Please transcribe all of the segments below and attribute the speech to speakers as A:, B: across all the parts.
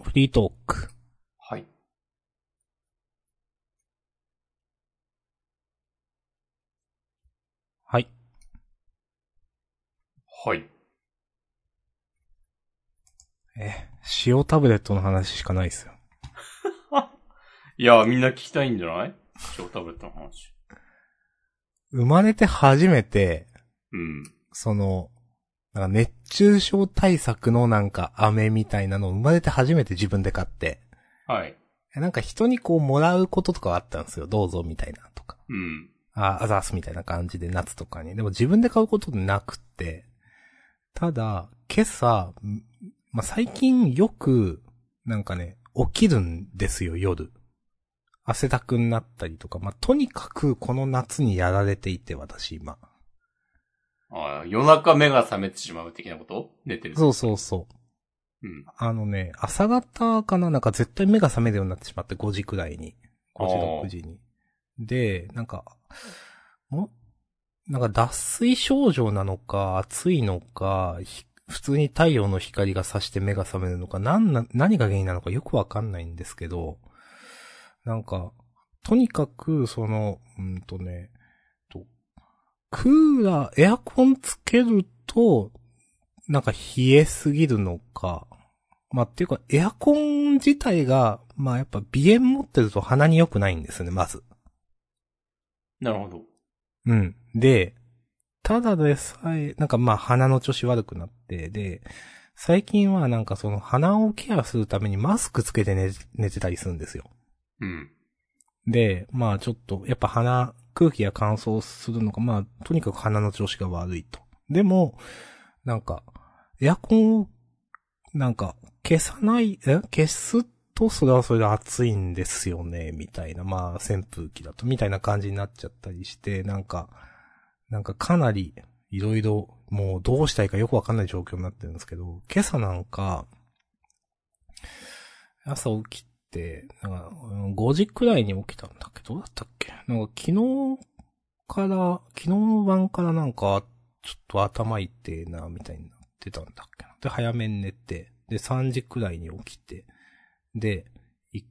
A: フリートーク。
B: はい。
A: はい。
B: はい。
A: え、塩タブレットの話しかないですよ。
B: いや、みんな聞きたいんじゃない塩タブレットの話。
A: 生まれて初めて、
B: うん。
A: その、なんか熱中症対策のなんか飴みたいなのを生まれて初めて自分で買って、
B: はい。
A: えなんか人にこうもらうこととかはあったんですよ。どうぞみたいなとか。
B: うん。
A: あ、アザースみたいな感じで夏とかに。でも自分で買うことなくって。ただ、今朝、んまあ、最近よく、なんかね、起きるんですよ、夜。汗だくになったりとか。まあ、とにかくこの夏にやられていて、私今。
B: ああ夜中目が覚めてしまう的なこと寝てる。
A: そうそうそう。
B: うん。
A: あのね、朝方かななんか絶対目が覚めるようになってしまって、5時くらいに。5時、
B: あー
A: 6時に。で、なんか、も、なんか脱水症状なのか、暑いのか、ひ普通に太陽の光が差して目が覚めるのか、なんな、何が原因なのかよくわかんないんですけど、なんか、とにかく、その、うんとね、とクーラー、エアコンつけると、なんか冷えすぎるのか、まあ、っていうか、エアコン自体が、まあ、やっぱ鼻炎持ってると鼻に良くないんですよね、まず。
B: なるほど。
A: うん。で、ただでさえ、なんかまあ鼻の調子悪くなって、で、最近はなんかその鼻をケアするためにマスクつけて寝寝てたりするんですよ。
B: うん。
A: で、まあちょっと、やっぱ鼻、空気が乾燥するのか、まあとにかく鼻の調子が悪いと。でも、なんか、エアコンを、なんか、消さない、え消すとそれはそれで暑いんですよね、みたいな、まあ扇風機だと、みたいな感じになっちゃったりして、なんか、なんかかなり、いろいろ、もうどうしたいかよくわかんない状況になってるんですけど、今朝なんか、朝起きて、なんか、うん5時くらいに起きたんだけど、どうだったっけなんか昨日から、昨日の晩からなんか、ちょっと頭痛えな、みたいになってたんだっけな。で、早めに寝て、で、3時くらいに起きて、で、い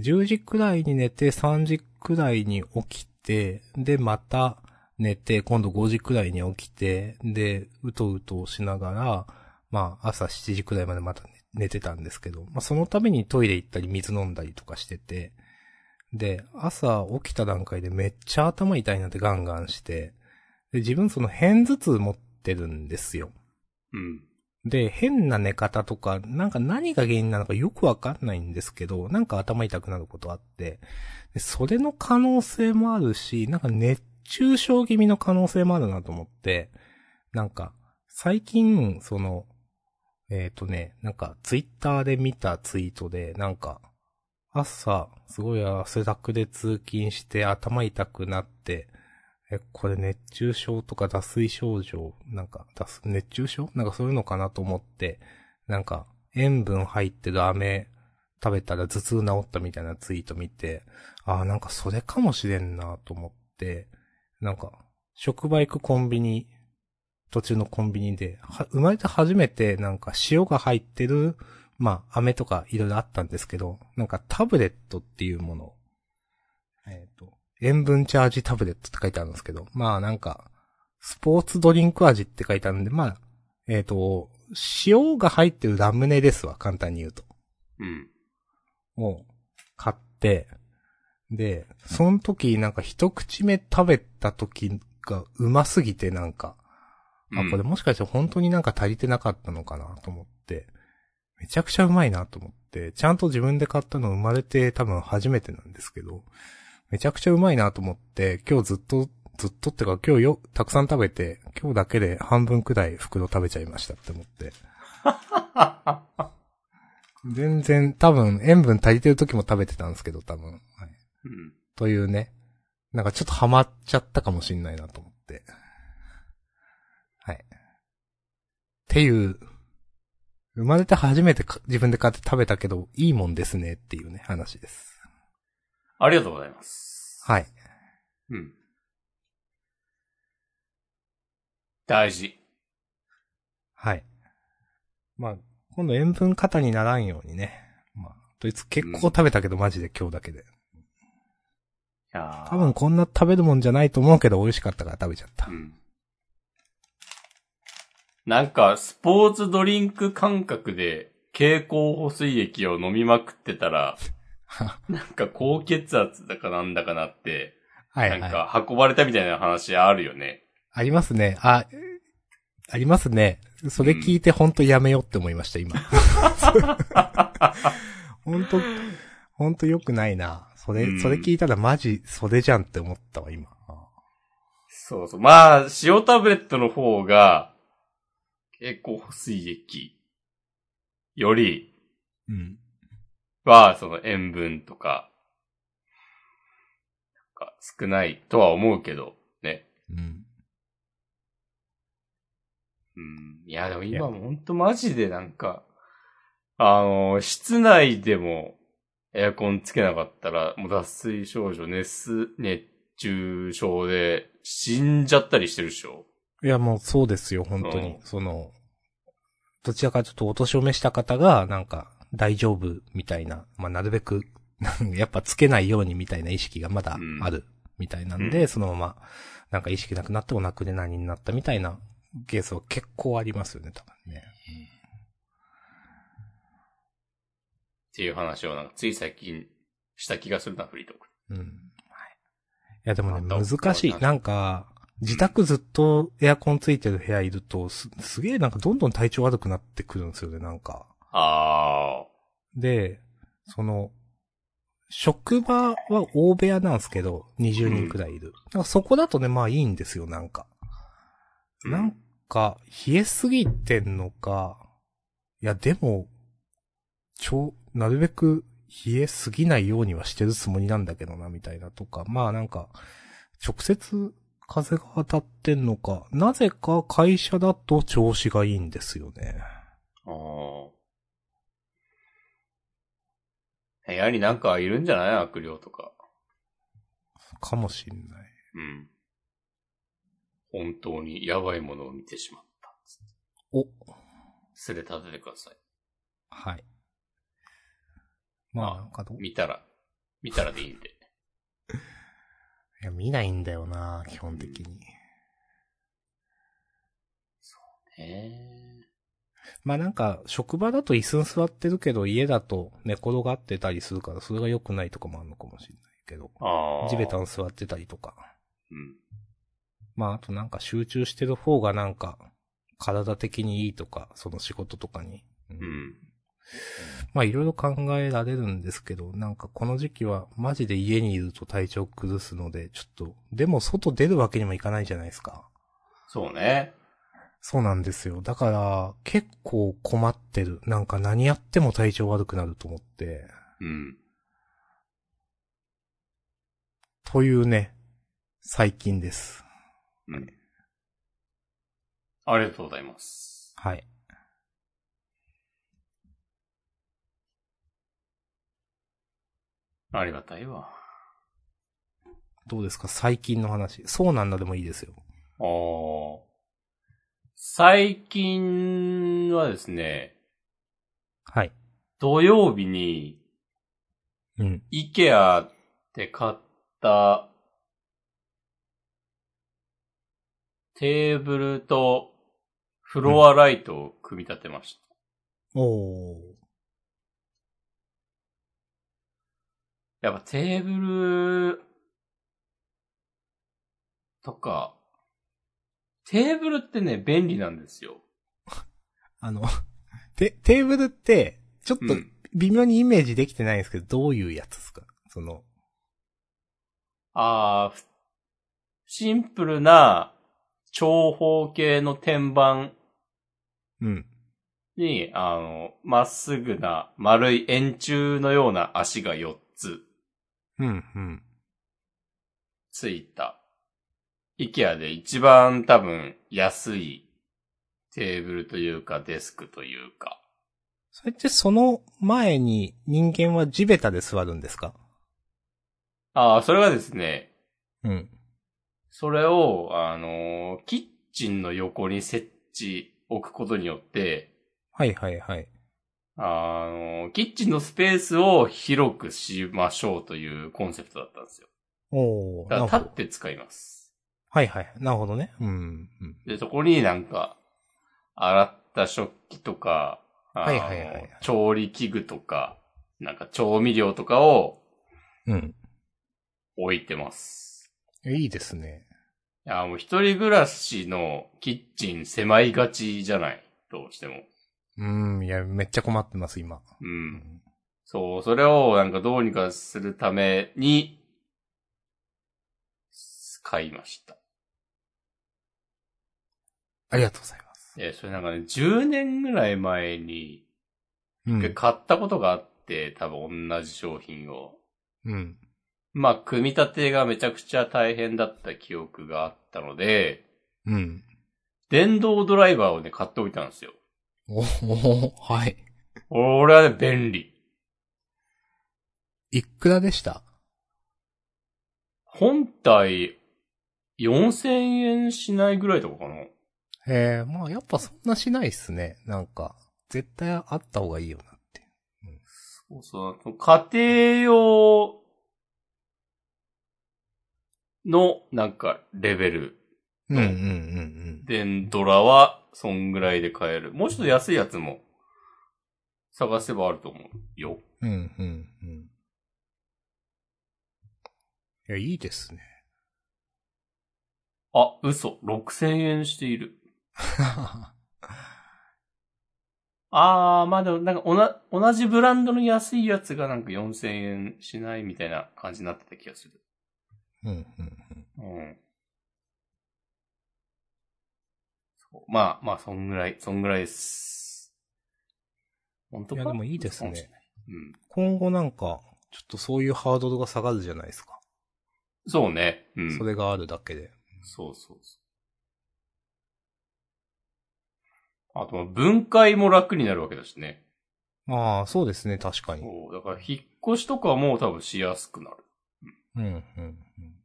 A: 10時くらいに寝て、3時くらいに起きて、で、また寝て、今度5時くらいに起きて、で、うとうとしながら、まあ、朝7時くらいまでまた寝寝てたんですけど、まあ、そのためにトイレ行ったり水飲んだりとかしてて、で、朝起きた段階でめっちゃ頭痛いなってガンガンして、で、自分その変頭痛持ってるんですよ。
B: うん。
A: で、変な寝方とか、なんか何が原因なのかよくわかんないんですけど、なんか頭痛くなることあって、でそれの可能性もあるし、なんか熱中症気味の可能性もあるなと思って、なんか、最近、その、えっ、とね、なんか、ツイッターで見たツイートで、なんか、朝、すごい汗だくで通勤して頭痛くなって、え、これ熱中症とか脱水症状、なんか、脱水熱中症なんかそういうのかなと思って、なんか、塩分入ってる飴食べたら頭痛治ったみたいなツイート見て、ああ、なんかそれかもしれんなと思って、なんか、職場行くコンビニ、途中のコンビニで、は生まれて初めてなんか塩が入ってる、まあ、飴とかいろいろあったんですけど、なんかタブレットっていうものをえっ、と、塩分チャージタブレットって書いてあるんですけど、まあなんか、スポーツドリンク味って書いてあるんで、まあ、えっ、と、塩が入ってるラムネですわ、簡単に言うと。
B: うん。
A: を買って、で、その時なんか一口目食べた時がうますぎてなんか、
B: う
A: あ、
B: ん
A: これもしかして本当になんか足りてなかったのかなと思って、めちゃくちゃうまいなと思って、ちゃんと自分で買ったの生まれて多分初めてなんですけど、めちゃくちゃうまいなと思って、今日ずっと、ずっとってか今日よ、たくさん食べて、今日だけで半分くらい袋食べちゃいましたって思 って。全然多分塩分足りてる時も食べてたんですけど、多分。はい
B: うん。
A: というね、なんかちょっとハマっちゃったかもしんないなと思って。はい。っていう、生まれて初めてか自分で買って食べたけど、いいもんですねっていうね、話です。
B: ありがとうございます。
A: はい。
B: うん。大事。
A: はい。まあ、今度塩分過多にならんようにね。まあ、ドイツ結構食べたけど、マジで今日だけで。
B: やー
A: 多分こんな食べるもんじゃないと思うけど、美味しかったから食べちゃった
B: う。ん。なんか、スポーツドリンク感覚で、蛍光補水液を飲みまくってたら、なんか高血圧だかなんだかなって、
A: はいはい。
B: なんか運ばれたみたいな話あるよね。
A: ありますね。あ、ありますね。それ聞いてほんとやめようって思いました、 今。ほんと、ほんと良くないな。それ、
B: うん
A: それ聞いたらマジ、それじゃんって思ったわ、今。
B: そうそう。まあ、塩タブレットの方が、蛍光補水液より、
A: うん。
B: は、その塩分とか、なんか少ないとは思うけど、ね。
A: うん。
B: うん。いや、でも今もうほんとマジでなんか、あの、室内でもエアコンつけなかったら、もう脱水症状、熱、熱中症で死んじゃったりしてるでしょ
A: いや、もうそうですよ、本当に。
B: うん
A: その、どちらかちょっとお年を召した方が、なんか、大丈夫みたいな、まあ、なるべく、 なんかやっぱつけないようにみたいな意識がまだあるみたいなんで、
B: う
A: そのまま、なんか意識なくなってお亡くなりになったみたいなケースは結構ありますよね、多分ね。
B: っていう話をなんかつい最近した気がするな、フリートーク。
A: うん。はい。いや、でもね、
B: あと
A: 難しい。なんか、自宅ずっとエアコンついてる部屋いると、す、すげえなんかどんどん体調悪くなってくるんですよね、なんか。
B: あ
A: で、その、職場は大部屋なんですけど、20人くらいいる。だからそこだとね、まあいいんですよ、なんか。
B: ー。
A: なんか、冷えすぎてんのか、いや、でも、ちょ、なるべく冷えすぎないようにはしてるつもりなんだけどな、みたいなとか、まあなんか、直接風が当たってんのか、なぜか会社だと調子がいいんですよね。
B: ああ。部屋になんかいるんじゃない悪霊とか。
A: かもしんない。
B: うん。本当にやばいものを見てしまった。
A: お、
B: すれ立ててください。
A: はい。まあ、
B: あ
A: なんかどうい
B: 見たら、見たらでいいんで。
A: や、見ないんだよな、基本的に。
B: へ
A: まあなんか、職場だと椅子に座ってるけど、家だと寝転がってたりするから、それが良くないとかもあるのかもしれないけど、
B: ーああ。
A: 地べたに座ってたりとか。
B: うん。
A: まあ、あとなんか集中してる方がなんか、体的にいいとか、その仕事とかに。う
B: うん。
A: まあいろいろ考えられるんですけど、なんかこの時期はマジで家にいると体調崩すので、ちょっと、でも外出るわけにもいかないじゃないですか。
B: そうね。
A: そうなんですよ。だから、結構困ってる。なんか何やっても体調悪くなると思って。
B: うん。
A: というね、最近です。
B: うん。ありがとうございます。
A: はい。
B: ありがたいわ。
A: どうですか最近の話。そうなんだでもいいですよ。
B: あー最近はですね、
A: はい。
B: 土曜日に、
A: うん。
B: イケアで買った、テーブルとフロアライトを組み立てました。
A: おー。
B: やっぱテーブル、とか、テーブルってね、便利なんですよ。
A: あの、 テ、テーブルって、ちょっ
B: う
A: と
B: ん。
A: 微妙にイメージできてないんですけど、どういうやつですかその、
B: あーふシンプルな長方形の天板
A: うん。
B: に、あの、まっすぐな丸い円柱のような足が4つ
A: うん、うん。
B: ついた。IKEA で一番多分安いテーブルというかデスクというか。
A: それってその前に人間は地べたで座るんですか
B: ああ、それがですね、
A: うん。
B: それを、あのーキッチンの横に設置、置くことによって、
A: はいはいはい。
B: あの、キッチンのスペースを広くしましょうというコンセプトだったんですよ。
A: おお
B: だ
A: なる
B: か
A: ほ
B: ら
A: ど
B: 立っ。て使います。
A: はいはい。なるほどね。うん。うん
B: で、そこになんか、洗った食器とか、あの
A: はいはいはいはい
B: 調理器具とか、なんか調味料とかを
A: うん。
B: 置いてます。
A: いいですね。
B: いや、もう一人暮らしのキッチン狭いがちじゃない。どうしても。
A: うん。いや、めっちゃ困ってます、今。
B: う。
A: うんん。
B: そう、それをなんかどうにかするために、買いました。
A: ありがとうございます。
B: え、それなんかね、10年ぐらい前に、
A: う
B: 一回
A: ん。
B: 買ったことがあって、多分同じ商品を。
A: うん。
B: まあ、組み立てがめちゃくちゃ大変だった記憶があったので、
A: うん。
B: 電動ドライバーをね、買っておいたんですよ。
A: おおはい。
B: 俺はね、便利。
A: いくらでした
B: 本体、4000円しないぐらいとかかな。
A: ええまあやっぱそんなしないっすね。なんか、絶対あった方がいいよなって。
B: そうそう。家庭用の、なんか、レベル。
A: うんうんうん
B: 電ドラは、そんぐらいで買える。もうちょっと安いやつも、探せばあると思うよ。
A: うん。うんうんうん。いや、いいですね。
B: あ、嘘。6000円している。あー、まあでも、なんか、おな、同じブランドの安いやつがなんか4000円しないみたいな感じになってた気がする。
A: うんうん。
B: うん。そうまあ、まあ、そんぐらい、そんぐらいです。本当か
A: いやでもいいですね
B: かもしれないうん。
A: 今後なんか、ちょっとそういうハードルが下がるじゃないですか。
B: そうね。うん。
A: それがあるだけで。
B: そうそうそう。あと、分解も楽になるわけだしね。
A: ああ、そうですね、確かに。
B: そう。だから、引っ越しとかも多分しやすくなる。
A: うんうんうん。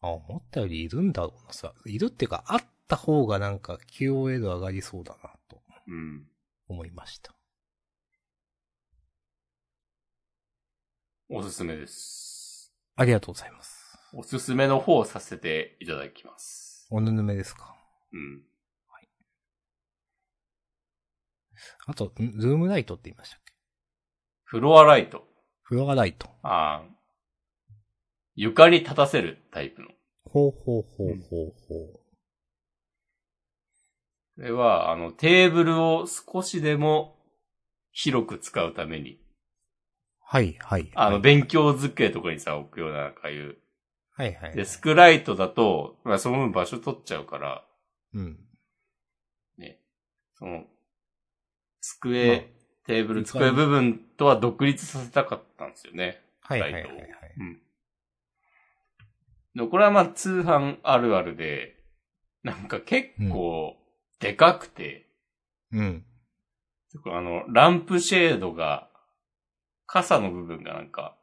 A: あ、思ったよりいるんだろうな、さ。いるっていうか、あった方がなんか QOL 上がりそうだな、と
B: うん。
A: 思いました。
B: おすすめです。
A: ありがとうございます。
B: おすすめの方をさせていただきます。
A: おぬぬめですか。
B: うん。
A: あと、んルームライトって言いましたっけ
B: フロアライト。
A: フロアライト。
B: あー床に立たせるタイプの。
A: ほうほうほうほうほ
B: これは、あの、テーブルを少しでも広く使うために、
A: う。はいはい。
B: あの、
A: はい
B: 勉強机とかにさ、置くような、なんかああいう。
A: はいはい。
B: デスクライトだと、まあ、その分場所取っちゃうから、
A: うん。
B: ね。その、机、テーブル、
A: 床に
B: 机部分とは独立させたかったんですよね。
A: はいはいはいは
B: ライ
A: い
B: ト。でこれはまあ通販あるあるで、なんか結構でかくて、
A: うん。
B: あの、ランプシェードが、傘の部分がなんか、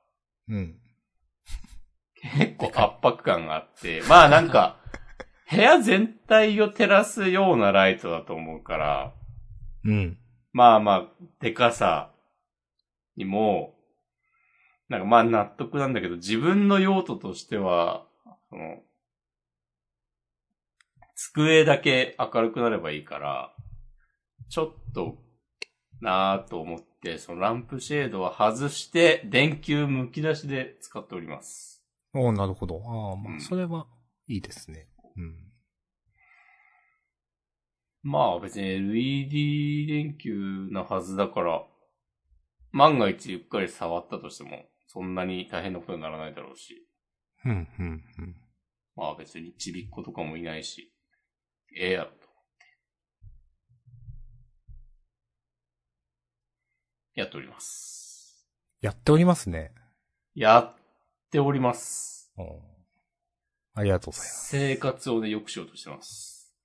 A: うん。
B: 結構圧迫感があって、まあなんか、部屋全体を照らすようなライトだと思うから、
A: うん。
B: まあまあ、でかさにも、なんかまあ納得なんだけど、自分の用途としては、その、机だけ明るくなればいいから、ちょっと、なぁと思って、そのランプシェードは外して、電球むき出しで使っております。
A: おーなるほど。ああ、
B: う
A: ま
B: ん
A: あ、それは、いいですね。うん。
B: まあ別に LED 電球なはずだから、万が一ゆっかり触ったとしても、そんなに大変なことにならないだろうし、
A: うん、うん、うん。
B: まあ別にちびっ子とかもいないし、ええやろと思って。やっております。
A: やっておりますね。
B: やっております。
A: うんありがとうございます。
B: 生活をね、良くしようとしてます。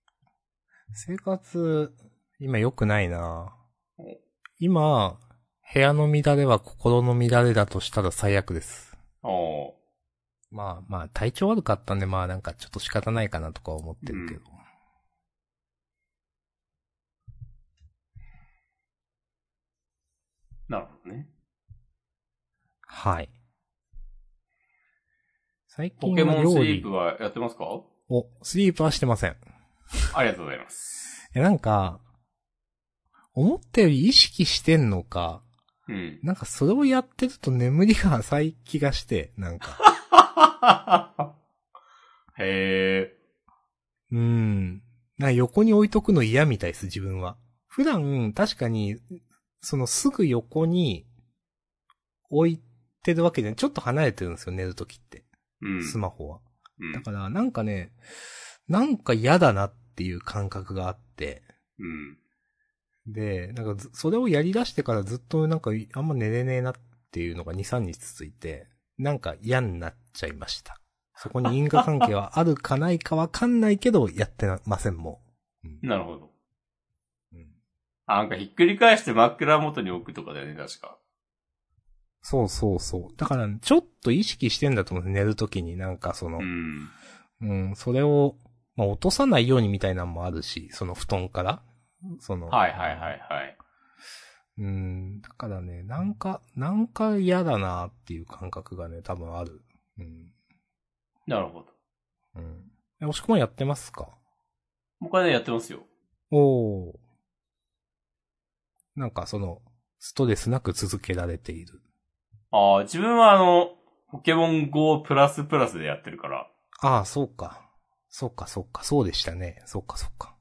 A: 生活、今良くないな
B: お
A: 今、部屋の乱れは心の乱れだとしたら最悪です。
B: ああ、
A: まあまあ、体調悪かったんで、まあなんかちょっと仕方ないかなとか思ってるけど。
B: なるほどね。
A: はい。最近
B: ポ
A: は
B: ケモンス
A: 料
B: リ
A: 理
B: ープはやってますか
A: お、スリープはしてません。
B: ありがとうございます。
A: え、なんか、思ったより意識してんのか、
B: うん。
A: なんかそれをやってると眠りが浅い気がして、なんか。
B: へえ。
A: うん。なんか横に置いとくの嫌みたいです、自分は。普段、確かに、そのすぐ横に置いてるわけじゃない。ちょっと離れてるんですよ、寝るときって。
B: うん。
A: スマホは。
B: うん
A: だから、なんかね、なんか嫌だなっていう感覚があって。
B: うん。
A: で、なんかず、それをやり出してからずっとなんか、あんま寝れねえなっていうのが2、3日続いて、なんか嫌になっちゃいました。そこに因果関係はあるかないかわかんないけど、やってなません、もう。うん
B: なるほど。
A: うん
B: あ、なんかひっくり返して枕元に置くとかだよね、確か。
A: そうそうそう。だから、ちょっと意識してんだと思う。寝るときになんかその、
B: う
A: うん、
B: ん。
A: それを、まあ、落とさないようにみたいなのもあるし、その布団から。その、
B: はいはいはいはい。
A: うん、だからね、なんか、なんか嫌だなっていう感覚がね、多分ある。うん。
B: なるほど。
A: うん。え、押し込まんやってますか
B: 僕はね、やってますよ。
A: おー。なんかその、ストレスなく続けられている。
B: ああ、自分はあの、ポケモン GO++ プラスプラスでやってるから。
A: ああ、そうか。そうか、そうか、そうでしたね。そうか、そうか。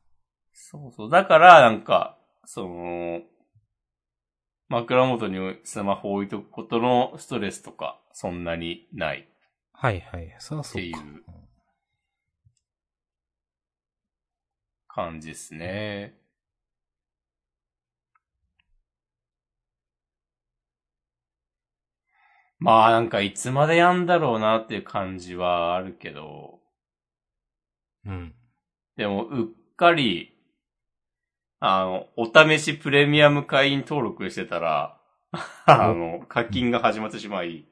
B: そうそう。だから、なんか、その、枕元にスマホ置いとくことのストレスとか、そんなにない。
A: はいはい。そりゃそう
B: ってい
A: か。
B: う感じですね。まあなんかいつまでやんだろうなっていう感じはあるけど、
A: うん。
B: でもうっかり、あの、お試しプレミアム会員登録してたら、あの、課金が始まってしまい、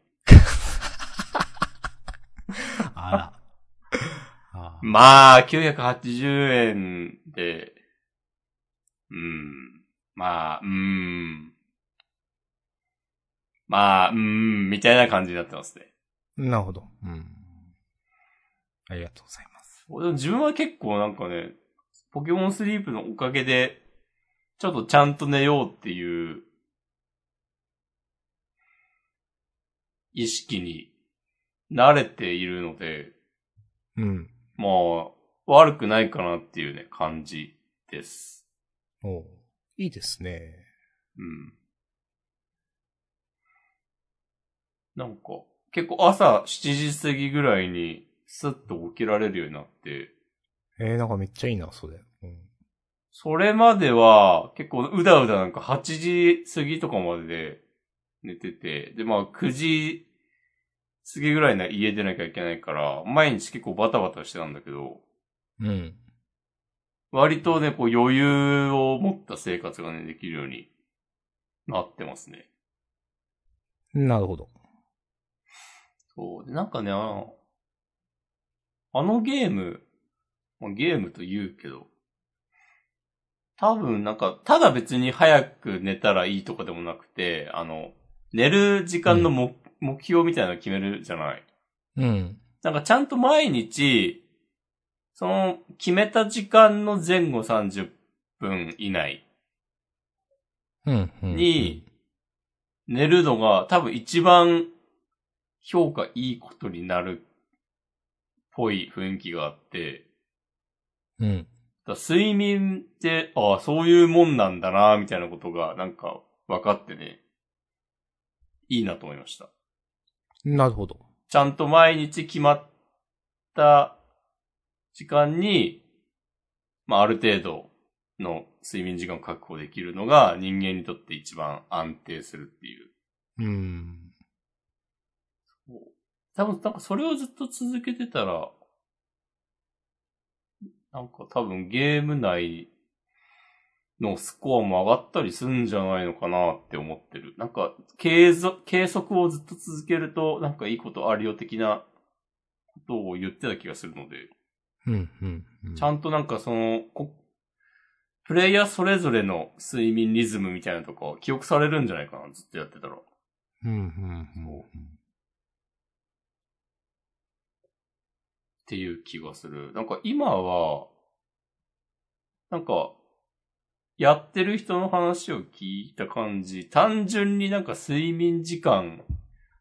A: あら。あー
B: まあ、980円で、うん、まあ、うん、まあ、うん、みたいな感じになってますね。
A: なるほど。うん。ありがとうございます。
B: でも自分は結構なんかね、ポケモンスリープのおかげで、ちょっとちゃんと寝ようっていう、意識に慣れているので、
A: うん。
B: まあ、悪くないかなっていうね、感じです。
A: おういいですね。
B: うん。なんか、結構朝7時過ぎぐらいに、スッと起きられるようになって、
A: えー、なんかめっちゃいいな、それ。うん。
B: それまでは、結構うだうだなんか8時過ぎとかまでで寝てて、でまあ9時過ぎぐらいには家出なきゃいけないから、毎日結構バタバタしてたんだけど、
A: うん。
B: 割とね、こう余裕を持った生活がね、できるようになってますね。
A: なるほど。
B: そう。で、なんかね、あの、あのゲーム、まあゲームと言うけど、多分なんか、ただ別に早く寝たらいいとかでもなくて、あの、寝る時間のも、目標みたいなの決めるじゃない。
A: うん。
B: なんかちゃんと毎日、その、決めた時間の前後30分以内
A: うん。うん
B: に、、寝るのが多分一番評価いいことになるっぽい雰囲気があって、
A: うん。
B: だから睡眠って、ああ、そういうもんなんだな、みたいなことがなんか分かってね、いいなと思いました。
A: なるほど。
B: ちゃんと毎日決まった時間に、まあ、ある程度の睡眠時間を確保できるのが人間にとって一番安定するっていう
A: うん。
B: 多分、なんかそれをずっと続けてたら、なんか多分ゲーム内のスコアも上がったりするんじゃないのかなって思ってる。なんか、継続、計測をずっと続けると、なんかいいことあるよ的なことを言ってた気がするので、
A: うん。うん。
B: ちゃ
A: ん
B: んとなんかその、こプレイヤーそれぞれの睡眠リズムみたいなとこ、記憶されるんじゃないかな、ずっとやってたら。
A: うん、うん、うん。
B: っていう気がする。なんか今は、なんか、やってる人の話を聞いた感じ、単純になんか睡眠時間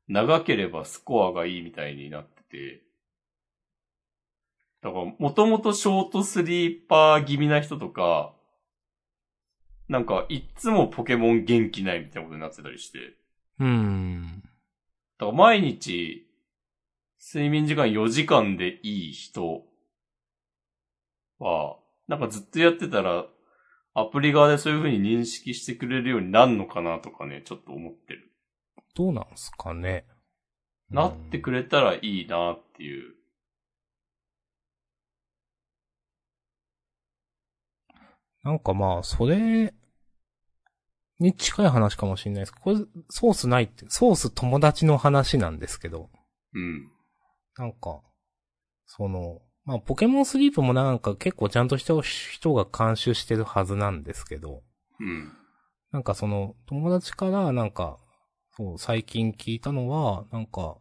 B: 長ければスコアがいいみたいになってて、だから、もともとショートスリーパー気味な人とか、なんか、いっつもポケモン元気ないみたいなことになってたりして、
A: うん。
B: だから毎日、睡眠時間4時間でいい人は、なんかずっとやってたら、アプリ側でそういう風に認識してくれるようになんのかなとかね、ちょっと思ってる。
A: どうなんすかね。
B: なってくれたらいいなっていう。
A: なんかまあ、それに近い話かもしれないです。これ、ソースないって、ソース友達の話なんですけど、
B: うん。
A: なんか、その、まあ、ポケモンスリープもなんか結構ちゃんとした人が監修してるはずなんですけど、
B: うん。
A: なんかその、友達からなんか、そう、最近聞いたのは、なんか、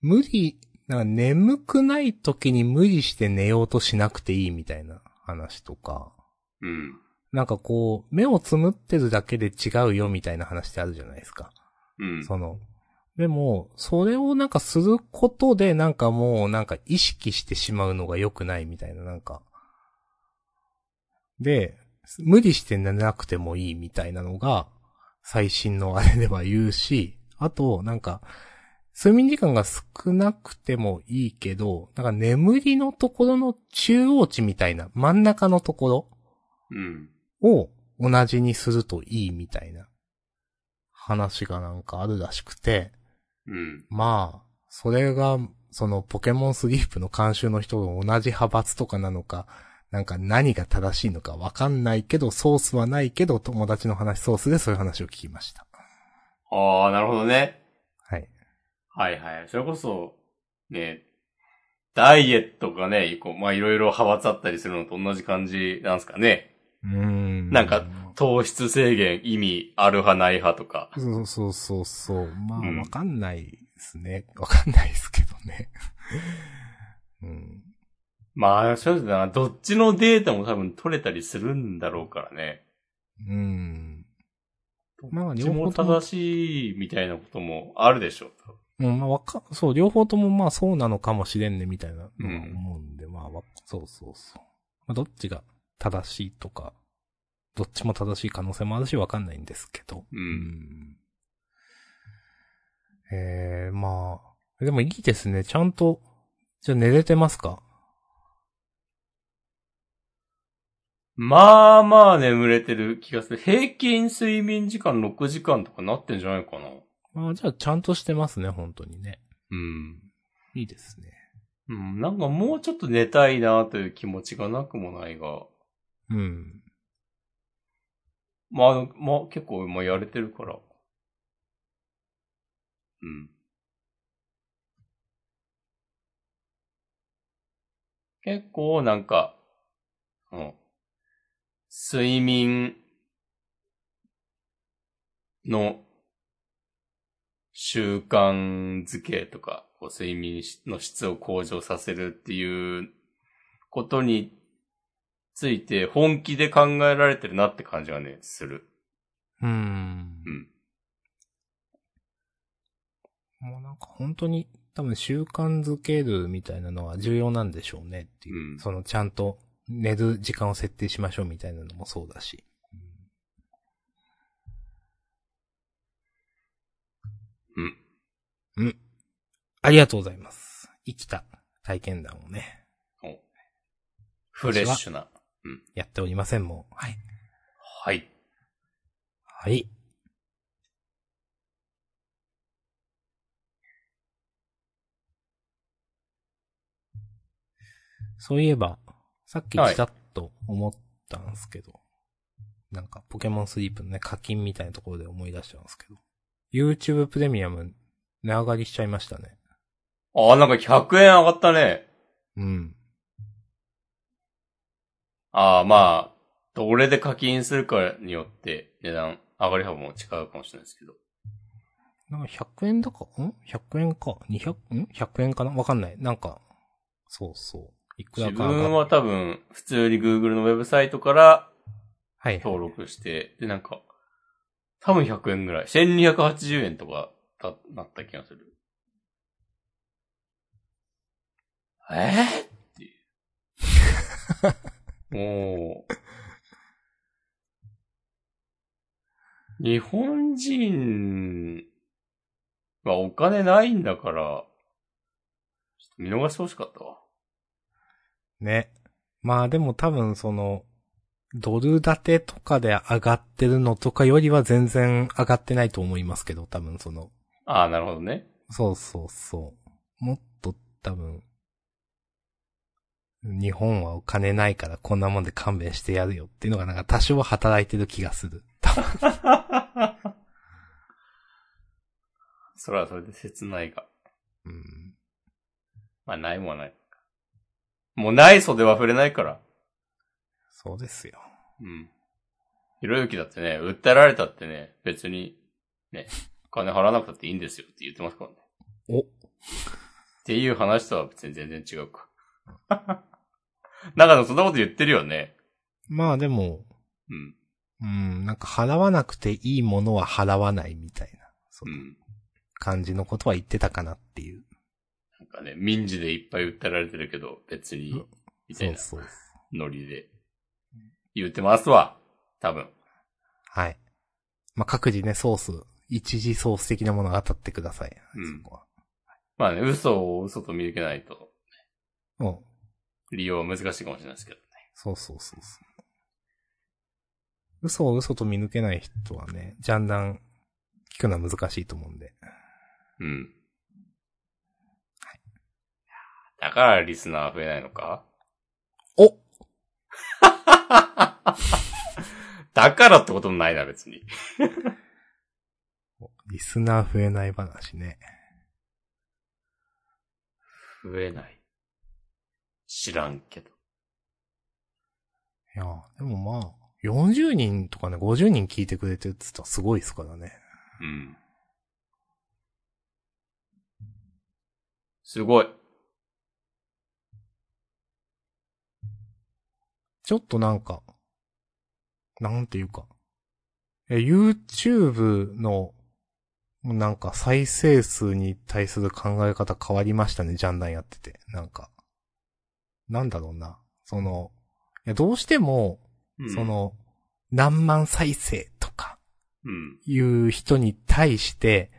A: 無理、なんか眠くない時に無理して寝ようとしなくていいみたいな話とか、
B: うん。
A: なんかこう、目をつむってるだけで違うよみたいな話ってあるじゃないですか。
B: うん。
A: その、でも、それをなんかすることでなんかもうなんか意識してしまうのが良くないみたいななんか。で、無理して寝なくてもいいみたいなのが最新のあれでは言うし、あとなんか、睡眠時間が少なくてもいいけど、なんか眠りのところの中央値みたいな真ん中のところ、
B: うん。
A: を同じにするといいみたいな話がなんかあるらしくて、
B: うん。
A: まあ、それが、そのポケモンスリープの監修の人と同じ派閥とかなのか、なんか何が正しいのかわかんないけど、ソースはないけど、友達の話ソースでそういう話を聞きました。
B: ああ、なるほどね。
A: はい。
B: はいはい。それこそ、ね、ダイエットがね、こう、まあ、いろいろ派閥あったりするのと同じ感じなんですかね。
A: うーん
B: なんか、糖質制限意味ある派ない派とか。
A: そうそうそうそう。ま
B: うん
A: あ、わかんないですね。わかんないですけどね。 うん。
B: まあ、正直な、どっちのデータも多分取れたりするんだろうからね。
A: うん。まあ、
B: どっちも
A: とも
B: 正しいみたいなこともあるでしょ
A: う
B: う。
A: ん、まあ、わか、そう、両方ともまあそうなのかもしれんね、みたいなのは思うんで、まあわ、そうそうそう。まあ、どっちが正しいとか、どっちも正しい可能性もあるし、わかんないんですけど。
B: うん
A: んえー、まあ、でもいいですね、ちゃんと、じゃあ寝れてますか
B: まあまあ眠れてる気がする。平均睡眠時間6時間とかなってんじゃないかな。
A: あじゃあちゃんとしてますね、本当にね。
B: うん。
A: いいですね。
B: うん、なんかもうちょっと寝たいなという気持ちがなくもないが。
A: うん。
B: まあ、まあ結構今やれてるから。うん。結構なんか、うん。睡眠の習慣づけとか、こう睡眠の質を向上させるっていうことについて本気で考えられてるなって感じがね、する。
A: うん
B: うん。
A: もうなんか本当に多分習慣づけるみたいなのは重要なんでしょうねっていう。
B: うん
A: そのちゃんと寝る時間を設定しましょうみたいなのもそうだし。
B: うん。
A: うん。ありがとうございます。生きた体験談をね、
B: フレッシュな。
A: やっておりませんもん。はい。
B: はい。
A: はい。そういえば、さっき
B: はい
A: ちらっと思ったんすけど、なんかポケモンスリープのね、課金みたいなところで思い出したんですけど、YouTube プレミアム値上がりしちゃいましたね。
B: ああ、なんか100円上がったね。
A: うん。
B: ああ、まあ、と俺で課金するかによって値段上がり幅も違うかもしれないですけど。
A: なんか100円だか、ん ?100 円か。200、ん ?100 円かなわかんない。なんか、そうそう。いくら
B: 自
A: か上がっ
B: 分は多分、普通に Google のウェブサイトから
A: はいはい。
B: 登録して、で、なんか、多分100円ぐらい。1280円とか、だ、なった気がする。えー、っていう。 もう、日本人はお金ないんだから、ちょっと見逃してほしかったわ。
A: ね。まあでも多分その、ドル建てとかで上がってるのとかよりは全然上がってないと思いますけど、多分その、
B: ああ、なるほどね。
A: そうそうそう。もっと多分、日本はお金ないからこんなもんで勘弁してやるよっていうのがなんか多少は働いてる気がする。多分
B: それはそれで切ないが。
A: うん、
B: まあ、ないもんはない。もうない袖は触れないから。
A: そうですよ。
B: うん。ひろゆきだってね、訴えられたってね、別に、ね、金払わなくたっていいんですよって言ってますからね。
A: お
B: っていう話とは別に全然違うか。 なんかでもそんなこと言ってるよね。
A: まあでも、
B: う
A: う
B: ん。
A: ん、なんか払わなくていいものは払わないみたいな、そうの
B: ん。
A: 感じのことは言ってたかなっていう。
B: なんかね、民事でいっぱい訴えられてるけど、別に、みた
A: そ
B: いうな
A: そう。
B: ノリで。言ってますわ。多分。
A: はい。まあ各自ね、ソース、一時ソース的なものが当たってください。
B: うん
A: そこは。
B: まあね、嘘を嘘と見抜けないと、
A: うん。
B: 利用は難しいかもしれないですけどね。
A: そうそうそうそう。嘘を嘘と見抜けない人はね、ジャンダン聞くのは難しいと思うんで。
B: うん。だからリスナーは増えないのか
A: お
B: だからってこともないな、別に。
A: リスナー増えない話ね。
B: 増えない。知らんけど。
A: いや、でもまあ、40人とかね、50人聞いてくれてるって言ったらすごいですからね。
B: うん。すごい。
A: ちょっとなんか、なんていうか、え YouTube の、なんか再生数に対する考え方変わりましたね、ジャンダンやってて。なんか、なんだろうな。その、いやどうしても、
B: うん
A: そ、の、何万再生とか
B: うん。
A: いう人に対して、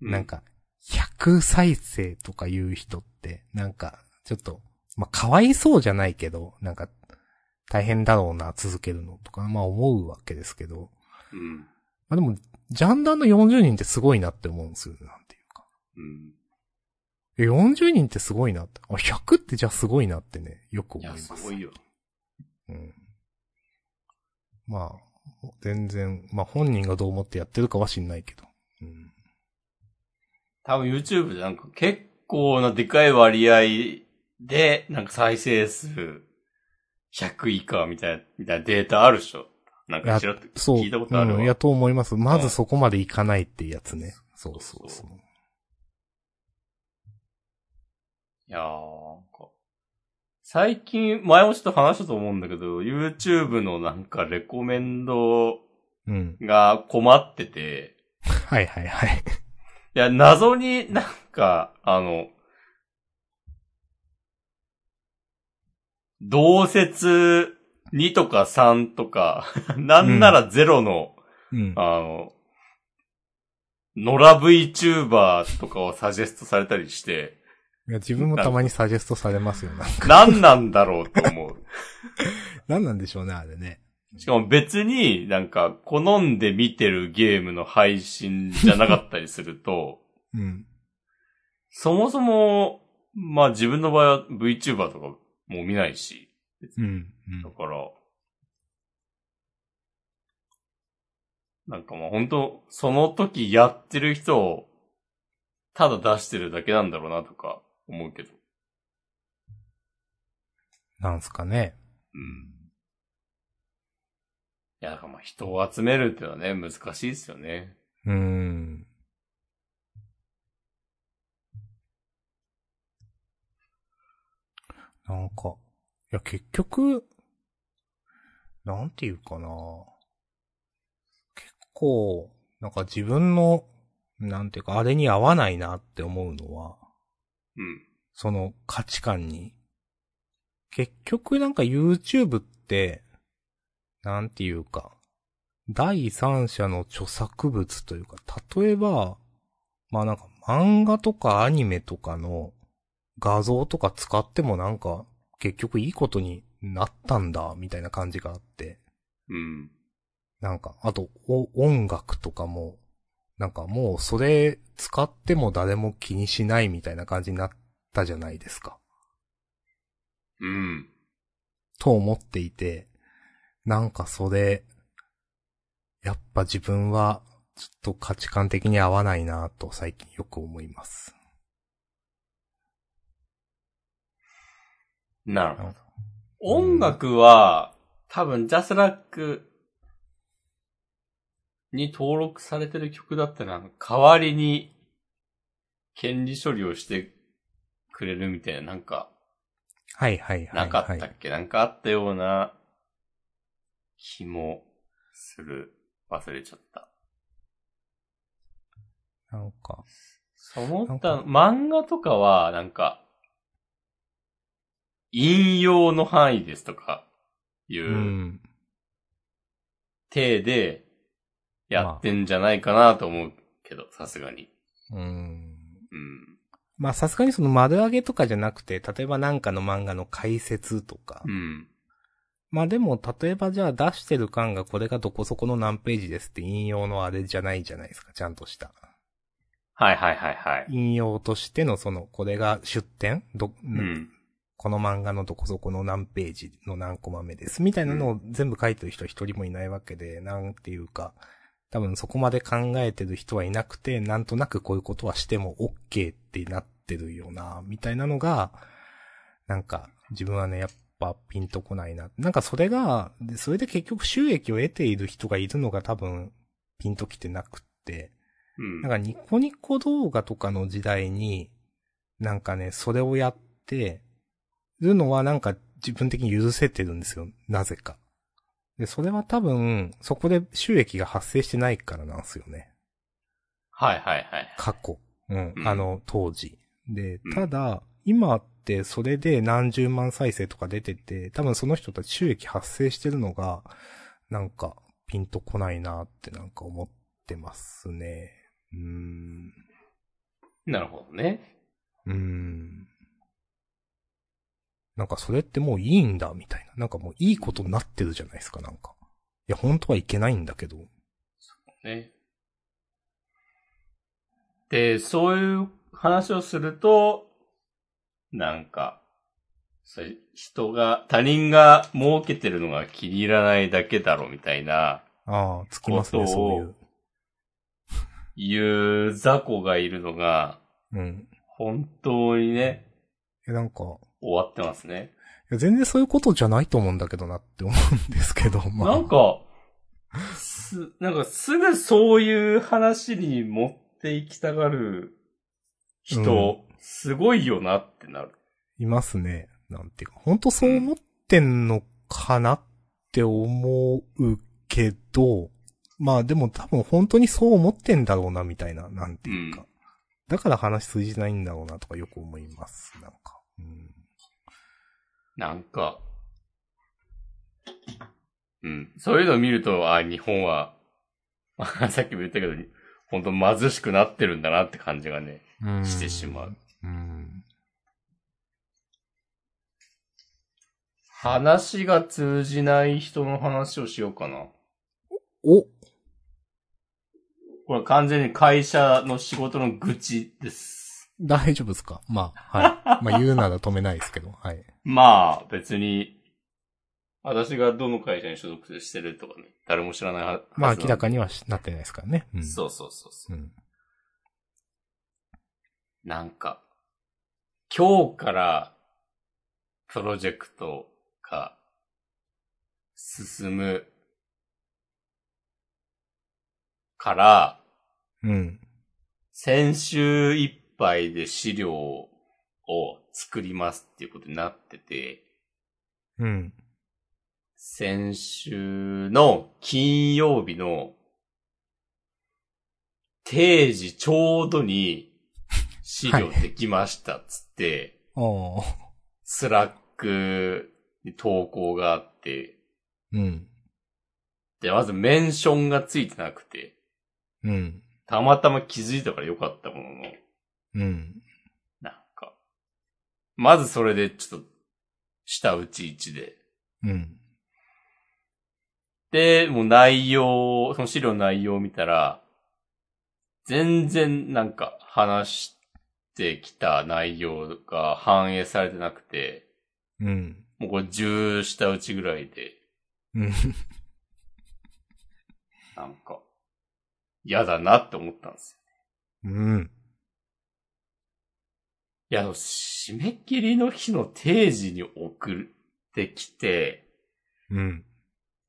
B: う
A: なん、か、100再生とかいう人って、なんか、ちょっと、まあ、かわいそうじゃないけど、なんか、大変だろうな、続けるのとか、まあ、思うわけですけど、
B: うん。
A: まあ、でも、ジャンダンの40人ってすごいなって思うんですよ、なんていうか。
B: うん。
A: え40人ってすごいなって。あ、100ってじゃあすごいなってね、よく思
B: い
A: い
B: や、
A: ますす。
B: ごいよ。
A: うん。まあ、全然、まあ本人がどう思ってやってるかは知んないけど。うん。
B: 多分 YouTube でなんか結構なでかい割合で、なんか再生数100以下みたいな、みたいなデータあるでしょなんかちらっと
A: そう。
B: 聞いたことあるわ。
A: うん、いや、と思います。まずそこまでいかないってやつね。そうそうそう。
B: いやー、なんか。最近、前もちょっと話したと思うんだけど、YouTube のなんかレコメンド
A: うん。
B: が困ってて、
A: はいはいはい。
B: いや、謎になんか、あの、同説2とか3とか、 なんなら0の、
A: うん。
B: あの、野良 VTuber とかをサジェストされたりして、
A: いや、自分もたまにサジェストされますよ。なんか
B: 何なんだろうと思う。
A: 何なんでしょうね、あれね。
B: しかも別になんか好んで見てるゲームの配信じゃなかったりすると、
A: うん。
B: そもそも、まあ自分の場合は VTuber とかも見ないし、
A: うん。
B: だから、なんかまあ本当その時やってる人を、ただ出してるだけなんだろうなとか思うけど。
A: なんすかね。
B: うん。いや、だからまあ人を集めるってのはね、難しいですよね。
A: うーん。なんか、いや結局、なんていうかな結構、なんか自分の、なんていうか、あれに合わないなって思うのは、
B: うん。
A: その価値観に。結局なんか YouTube って、なんていうか、第三者の著作物というか、例えば、まあなんか漫画とかアニメとかの画像とか使ってもなんか結局いいことになったんだ、みたいな感じがあって。
B: うん。
A: なんか、あと、お音楽とかも、なんかもうそれ使っても誰も気にしないみたいな感じになったじゃないですか。
B: うん。
A: と思っていて、なんかそれ、やっぱ自分は、ちょっと価値観的に合わないなと最近よく思います。
B: なるほ
A: なる。
B: ど音楽は、多分ジャスラックに登録されてる曲だったら、代わりに権利処理をしてくれるみたいな、なんか、
A: はいはいはい、はい。
B: なかったっけ、なんかあったような気もする。忘れちゃった。
A: なんか、
B: そう思っ
A: な
B: た
A: んか
B: 漫画とかは、なんか、引用の範囲ですとか、いうう、
A: ん。
B: 手でやってんじゃないかなと思うけど、さすがに。
A: うん。
B: うん。
A: まあさすがにその丸上げとかじゃなくて、例えばなんかの漫画の解説とか、
B: うん。
A: まあでも、例えばじゃあ出してる感がこれがどこそこの何ページですって引用のあれじゃないじゃないですか、ちゃんとした。
B: はいはいはいはい。
A: 引用としてのその、これが出典ど、
B: うん。
A: この漫画のどこそこの何ページの何コマ目です、みたいなのを全部書いてる人一人もいないわけで、なんていうか、多分そこまで考えてる人はいなくて、なんとなくこういうことはしても OK ってなってるよな、みたいなのが、なんか自分はね、やっぱピンとこないな。なんかそれが、でそれで結局収益を得ている人がいるのが多分ピンときてなくって、
B: うん。
A: なんかニコニコ動画とかの時代に、なんかね、それをやってるのはなんか自分的に許せてるんですよ。なぜか。で、それは多分、そこで収益が発生してないからなんですよね。
B: はいはいはい。
A: 過去。うん
B: う。ん
A: あの、当時。で
B: うん、
A: ただ、今ってそれで何十万再生とか出てて、多分その人たち収益発生してるのが、なんか、ピンとこないなってなんか思ってますね。うーん。
B: なるほどね。
A: うーん。なんかそれってもういいんだ、みたいな。なんかもういいことになってるじゃないですか、なんか。いや、本当はいけないんだけど。
B: ね。で、そういう話をすると、なんか、そういう人が、他人が儲けてるのが気に入らないだけだろみたいな、
A: ああ、つきますね、
B: こと
A: そうい
B: を
A: う。
B: いう雑魚がいるのが、
A: うん。
B: 本当にね、
A: え、なんか、い
B: 終わってますね。
A: や全然そういうことじゃないと思うんだけどなって思うんですけど、まあ。
B: なんか、す、なんかすぐそういう話に持っていきたがる人、
A: う
B: すごいよなってなる。
A: いますね。なんていうか、本当そう思ってんのかなって思うけど、まあでも多分本当にそう思ってんだろうな、みたいな、なんていうか。
B: うん
A: だから話通じないんだろうな、とかよく思います。なんか。うん。
B: なんか、うん。そういうのを見ると、あ、日本は、 さっきも言ったけど、本当貧しくなってるんだなって感じがね、してしまう。
A: うん。
B: 話が通じない人の話をしようかな。
A: お
B: これは完全に会社の仕事の愚痴です。
A: 大丈夫ですかまあ、はい。まあ言うなら止めないですけど、はい。
B: まあ、別に、私がどの会社に所属してるとかね、誰も知らないはず
A: まあ明らか
B: に。
A: にはしなってないですからね。うん。
B: そうそうそうそうう。
A: ん。
B: なんか、今日から、プロジェクトが、進むから、
A: うん。
B: 先週いっぱいで資料を作りますっていうことになってて、
A: うん。
B: 先週の金曜日の定時ちょうどに資料できましたっつって、
A: ああ。
B: スラックに投稿があって、
A: うん。
B: で、まずメンションがついてなくて、
A: うん。
B: たまたま気づいたからよかったものの、
A: うん。
B: なんか、まずそれでちょっと、下打ち1で。
A: うん。
B: で、もう内容、その資料の内容を見たら、全然なんか話してきた内容が反映されてなくて、
A: うん。
B: もうこれ10下打ちぐらいで、
A: うん。
B: なんか、嫌だなって思ったんですよ。
A: うん。
B: いや、あの締め切りの日の定時に送ってきて、
A: うん。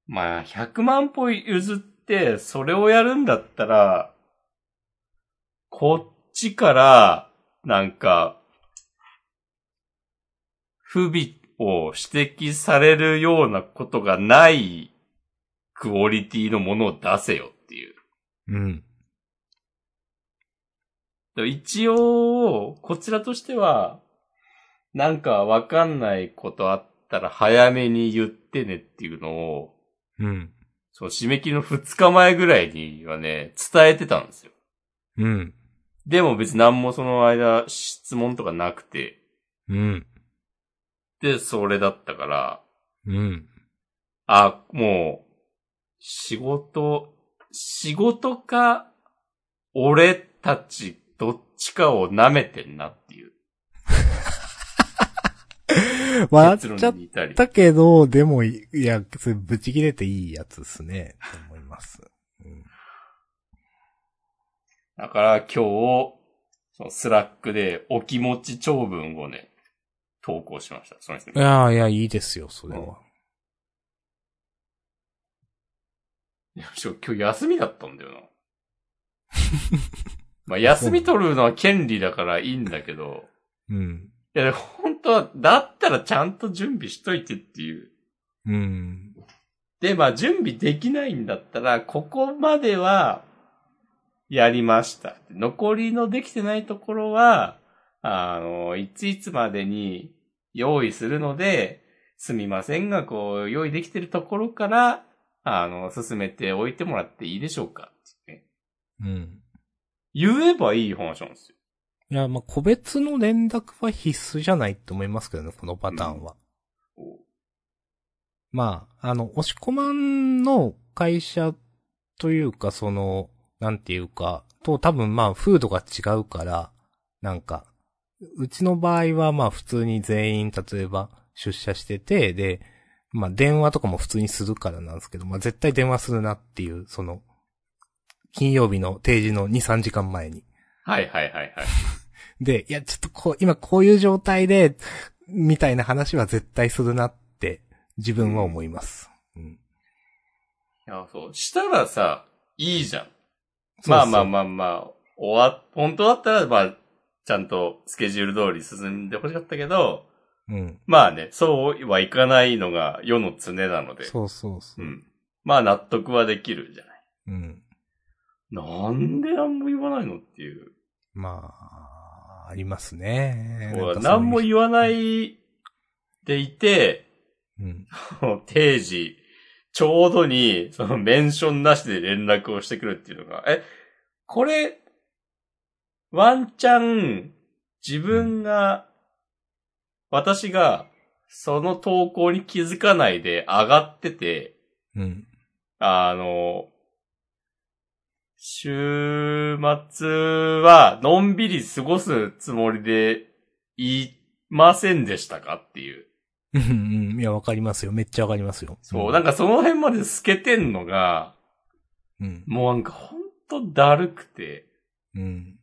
B: まあ、100万歩譲って、それをやるんだったら、こっちから、なんか、不備を指摘されるようなことがないクオリティのものを出せよっていう。
A: うん。
B: でも一応、こちらとしては、なんかわかんないことあったら早めに言ってねっていうのを、
A: うん。
B: その締め切りの2日前ぐらいにはね、伝えてたんですよ。
A: うん。
B: でも別に何もその間質問とかなくて、
A: うん。
B: で、それだったから、
A: うん。
B: あ、もう、仕事、仕事か、俺たちどっちかを舐めてんなっていう
A: 笑っ
B: 結論
A: ちゃっ
B: に至り。
A: たけど、でも、いいや、それぶち切れていいやつっすね。と思います。
B: だから今日、そのスラックでお気持ち長文をね、投稿しました。その人に
A: いやーいや、いいですよ、それは。
B: いやしかも今日休みだったんだよな。まあ休み取るのは権利だからいいんだけど、
A: うん。
B: いや、本当は、だったらちゃんと準備しといてっていう。
A: うん。
B: で、まあ準備できないんだったら、ここまでは、やりました。残りのできてないところは、あの、いついつまでに用意するので、すみませんが、こう、用意できてるところから、あの、進めておいてもらっていいでしょうかってね
A: うん。
B: 言えばいい話なんですよ。
A: いや、まあ、個別の連絡は必須じゃないと思いますけどね、このパターンは。まあ、あの、押し込まんの会社というか、その、なんていうか、と多分まあ、風土が違うから、なんか、うちの場合はまあ、普通に全員、例えば、出社してて、で、まあ、電話とかも普通にするからなんですけど、まあ、絶対電話するなっていう、その、金曜日の定時の2、3時間前に。
B: はいはいはいはい。
A: で、いや、ちょっとこう、今こういう状態で、みたいな話は絶対するなって、自分は思います。うん。
B: いや、そう。したらさ、いいじゃん。
A: そうそう
B: まあまあまあまあ、終わ、本当だったら、まあ、ちゃんとスケジュール通り進んでほしかったけど、
A: うん。
B: まあね、そうはいかないのが世の常なので、
A: そうそうそうう。
B: ん。まあ納得はできるじゃない。
A: うん。
B: なんで何も言わないのっていう。
A: まあ、ありますね。
B: こう
A: なんかそういう
B: 何も言わないでいて、
A: うん。
B: 定時、ちょうどに、その、メンションなしで連絡をしてくるっていうのが、え、これ、ワンチャン、自分が、私が、その投稿に気づかないで上がってて、
A: うん。
B: あの、週末は、のんびり過ごすつもりで、いませんでしたかっていう。
A: うんうん。いや、わかりますよ。めっちゃわかりますよ。
B: そう、なんかその辺まで透けてんのが、
A: うん。
B: もうなんかほんとだるくて、
A: うん。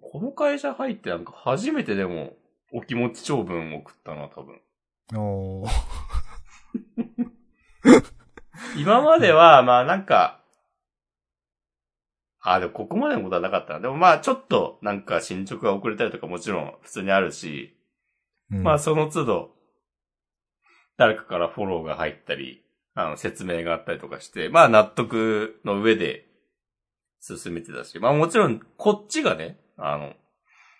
B: この会社入ってなんか初めてでもお気持ち長文送ったな、多分。
A: おー。
B: 今までは、まあなんか、ああ、でもここまでのことはなかったな。でもまあちょっとなんか進捗が遅れたりとかもちろん普通にあるし、
A: うん
B: まあその都度、誰かからフォローが入ったり、あの説明があったりとかして、まあ納得の上で進めてたし、まあもちろんこっちがね、あの、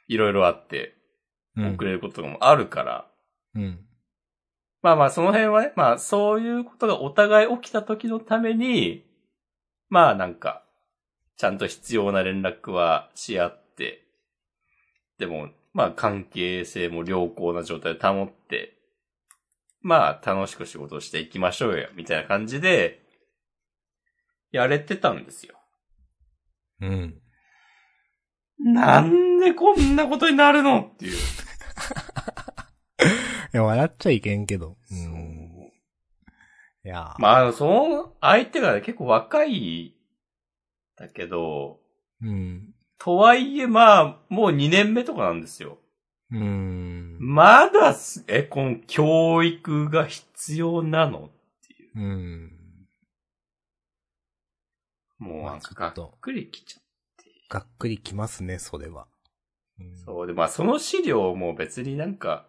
B: いろいろあって
A: うん
B: 遅れることもあるから、
A: うん。
B: まあまあ、その辺はね、まあ、そういうことがお互い起きた時のために、まあなんか、ちゃんと必要な連絡はし合って、でも、まあ関係性も良好な状態で保って、まあ楽しく仕事をしていきましょうよ、みたいな感じで、やれてたんですよ。
A: うん。
B: なんでこんなことになるのっていう。
A: いや、笑っちゃいけんけど。うん。いやー、
B: まああの、その相手がね、結構若い、だけど、
A: うん。
B: とはいえ、まあ、もう2年目とかなんですよ。
A: うん。
B: まだす、え、この教育が必要なの
A: うん。
B: もう
A: まあ
B: なんか、
A: ちょっ
B: が
A: と
B: っくりきちゃ
A: がっくりきますね、それは。うん
B: う。そう。で、まあ、その資料も別になんか、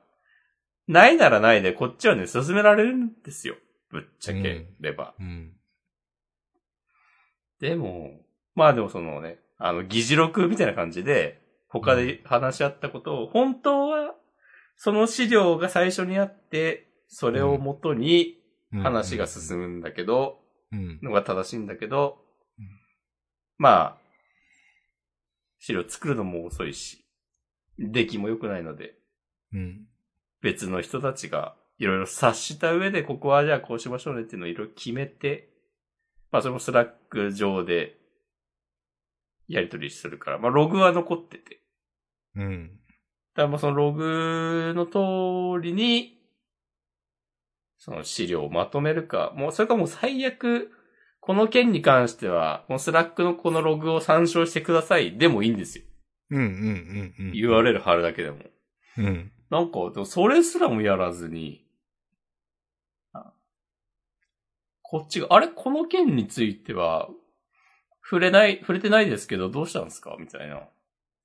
B: ないならないで、こっちはね、進められるんですよ。ぶっちゃければ。
A: うん。
B: でも、まあでもそのね、あの、議事録みたいな感じで、他で話し合ったことを、本当は、その資料が最初にあって、それをもとに
A: うん。
B: 話が進むんだけど、
A: うん。
B: のが正しいんだけど
A: うん、
B: まあ、資料作るのも遅いし、出来も良くないので、
A: うん。
B: 別の人たちがいろいろ察した上で、ここはじゃあこうしましょうねっていうのをいろいろ決めて、まあそれもスラック上で、やり取りするから、まあログは残ってて、
A: うん。
B: だからまあそのログの通りに、その資料をまとめるか、もうそれかもう最悪、この件に関しては、このスラックのこのログを参照してくださいでもいいんですよ。
A: うん。うん。うん。
B: URL 貼るだけでも。
A: うん。
B: なんか、でもそれすらもやらずに、あこっちが、あれこの件については、触れない、触れてないですけど、どうしたんですかみたいな。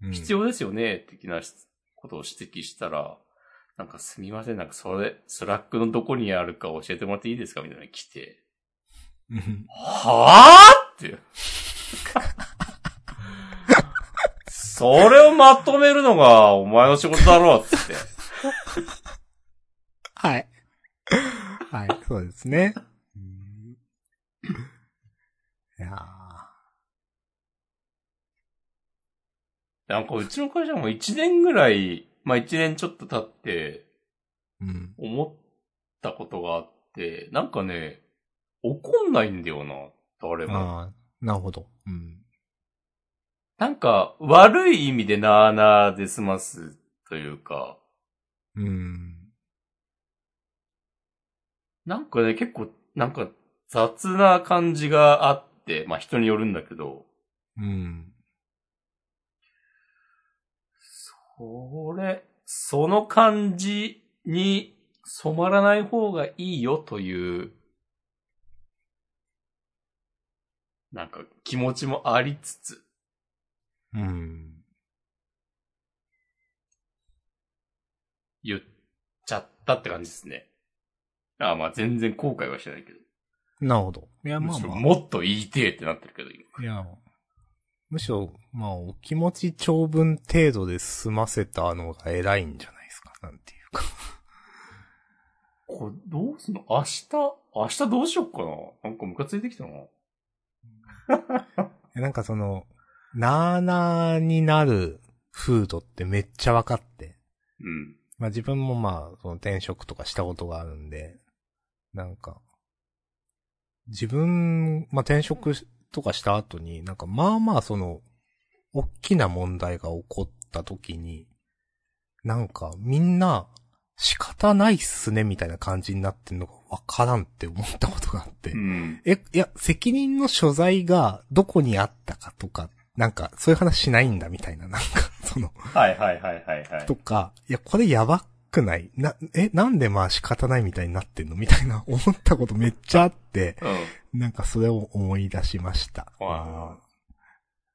A: うん。
B: 必要ですよね、的なしことを指摘したら、なんかすみません、なんかそれ、スラックのどこにあるか教えてもらっていいですかみたいなの来て、
A: うん。
B: はぁ って。それをまとめるのがお前の仕事だろ、つって。
A: はい。 はい、そうですね。いや
B: なんかうちの会社も1年ぐらい、まあ1年ちょっと経って、
A: ーうん。
B: 思ったことがあって、なんかね、怒んないんだよな、誰も。
A: ああ、なるほど。うん。
B: なんか、悪い意味でなーなーで済ますというか、
A: うん。
B: なんかね、結構、なんか雑な感じがあって、まあ人によるんだけど、
A: うん。
B: それ、その感じに染まらない方がいいよという、なんか気持ちもありつつ、
A: うん。
B: 言っちゃったって感じですね。ああまあ全然後悔はしてないけど。
A: なるほど。いや、まあ
B: むしろ
A: ま
B: もっと言いてえってなってるけど、今。
A: あ。いや、むしろ、まあ、お気持ち長文程度で済ませたのが偉いんじゃないですか、なんていうか。
B: これ、どうすんの明日、明日どうしよっかななんかムカついてきたな。
A: いやなんかその、なーなーになるフードってめっちゃ分かって。
B: うん。
A: まあ自分もまあ、その転職とかしたことがあるんで、なんか、自分、まあ転職とかした後に、なんかまあまあその、大きな問題が起こった時に、なんかみんな仕方ないっすねみたいな感じになってんのがわからんって思ったことがあって。
B: うん。
A: え、いや、責任の所在がどこにあったかとか、なんかそういう話しないんだみたいな、なんか、その、
B: はいはいはいはいはい
A: と。か、いや、これやばくないな、え、なんでまあ仕方ないみたいになってんのみたいな 思ったことめっちゃあって、
B: うん。
A: なんかそれを思い出しました。
B: わ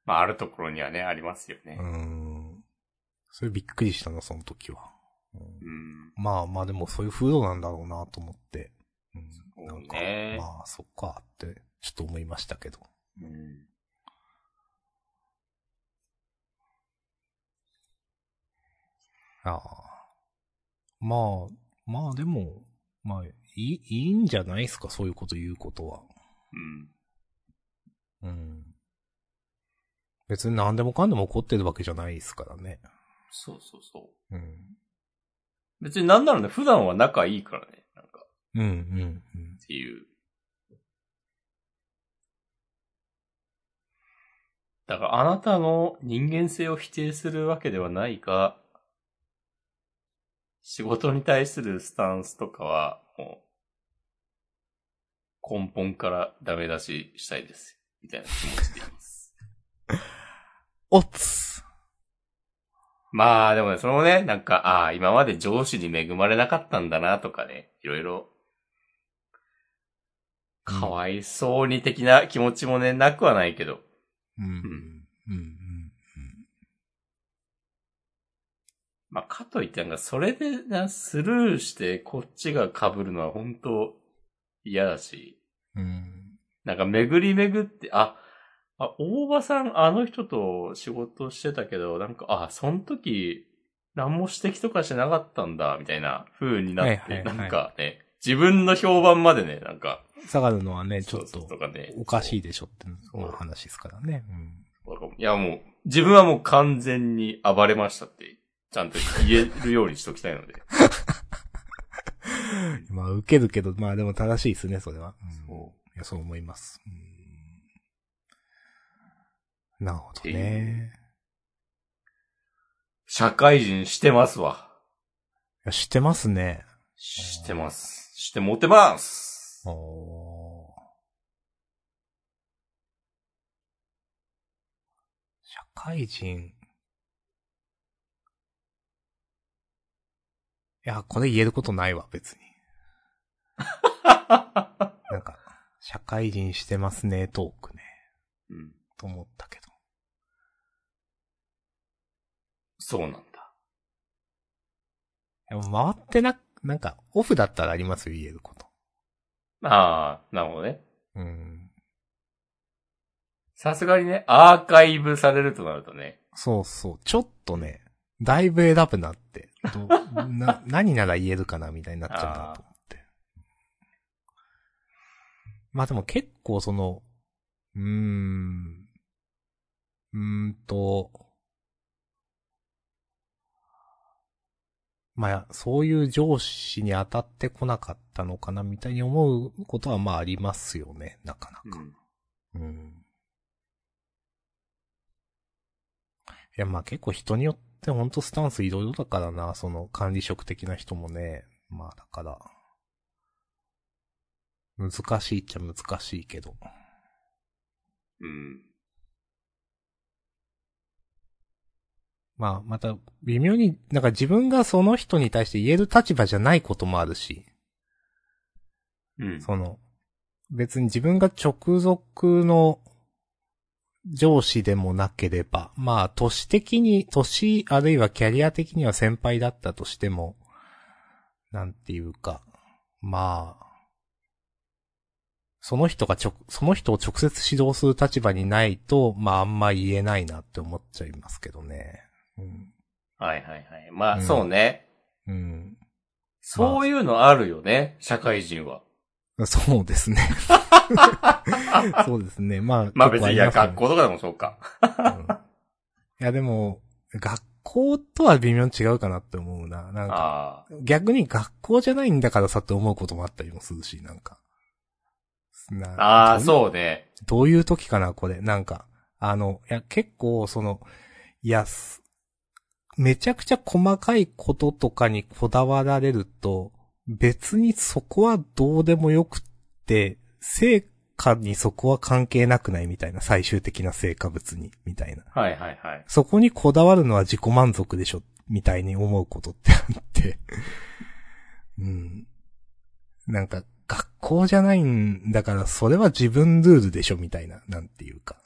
B: まあ、あるところにはね、ありますよね
A: う。ん。それびっくりしたな、その時は。うん
B: うん。
A: まあまあでもそういう風土なんだろうなと思って。うん。
B: そ
A: な
B: うん
A: か、
B: ね
A: まあそっかって、ちょっと思いましたけど。
B: うん。
A: ああ。まあ、まあでも、まあ、いい、いいんじゃないですか、そういうこと言うことは。
B: うん。
A: うん。別に何でもかんでも怒ってるわけじゃないですからね。
B: そうそうそ
A: うん。
B: う。別になんならね、普段は仲いいからね。なんか、
A: うん、うん、うん。
B: っていう。だから、あなたの人間性を否定するわけではないが、仕事に対するスタンスとかは、もう、根本からダメ出ししたいです。みたいな気持ちでいます。
A: おっつ
B: まあ、でもね、それもね、なんか、ああ、今まで上司に恵まれなかったんだな、とかね、いろいろ、かわいそうに的な気持ちもね、なくはないけど、
A: うん、うん
B: ん、
A: うん、うん。
B: まあ、かといってなんか、それでな、スルーして、こっちが被るのは本当嫌だし、
A: うん。
B: なんか、巡り巡って、あ、あ、大場さん、あの人と仕事してたけど、なんか、あ、その時、何も指摘とかしなかったんだ、みたいな風になって、
A: はいはいはい
B: なんかね、自分の評判までね、なんか、
A: 下がるのはね、ちょっ
B: そうそ
A: と
B: うと、かね、
A: おかし
B: い。
A: いでしょってのが話ですからね。うん。
B: いや、もう、自分はもう完全に暴れましたって、ちゃんと言えるようにしときたいので。
A: まあ、受けるけど、まあでも正しいですね、それは。うん
B: そ
A: いや、そう思います。うんなるほど
B: ってい
A: ね。
B: 社会人してますわ。
A: いや、してますね。
B: してます。して持てます
A: おー社会人。いや、これ言えることないわ、別に。なんか、社会人してますね、トークね。
B: うん。
A: と思ったけど。
B: そうなんだ。
A: でも回ってな、なんか、オフだったらありますよ、言えること。
B: ああ、なるほどね。
A: うん。
B: さすがにね、アーカイブされるとなるとね。
A: そうそう。ちょっとね、だいぶ選ぶなって。ど な、何なら言えるかな、みたいになっちゃうなと思って。まあでも結構その、うーん、うーんと、まあ、そういう上司に当たってこなかったのかな、みたいに思うことはまあありますよね、なかなか。
B: うん。
A: うん。いや、まあ結構人によってほんとスタンスいろいろだからな、その管理職的な人もね。まあだから。難しいっちゃ難しいけど。
B: うん。
A: まあまた微妙に、なんか自分がその人に対して言える立場じゃないこともあるし。
B: うん。
A: その、別に自分が直属の上司でもなければ、まあ、年的に、年、あるいはキャリア的には先輩だったとしても、なんていうか、まあ、その人がちょ、その人を直接指導する立場にないと、まああんま言えないなって思っちゃいますけどね。うん。
B: はいはいはい。まあ、
A: うん
B: そうね。
A: うん。
B: そういうのあるよね、社会人は。
A: そうです ね。そうですね。まあ、
B: まあ別に、いや、
A: 結構ありますよね
B: 学校とかでもそうか。
A: うんいやでも、学校とは微妙に違うかなって思うな。なんか、
B: ああ。
A: 逆に学校じゃないんだからさって思うこともあったりもするし、なんか。な
B: ああ、
A: どうい
B: そうね。
A: どういう時かな、これ。なんか、あの、いや、結構、その、いや、すめちゃくちゃ細かいこととかにこだわられると、別にそこはどうでもよくって、成果にそこは関係なくないみたいな、最終的な成果物に、みたいな。
B: はいはいはい。
A: そこにこだわるのは自己満足でしょ、みたいに思うことってあって。うん。なんか、学校じゃないんだから、それは自分ルールでしょ、みたいな、なんていうか。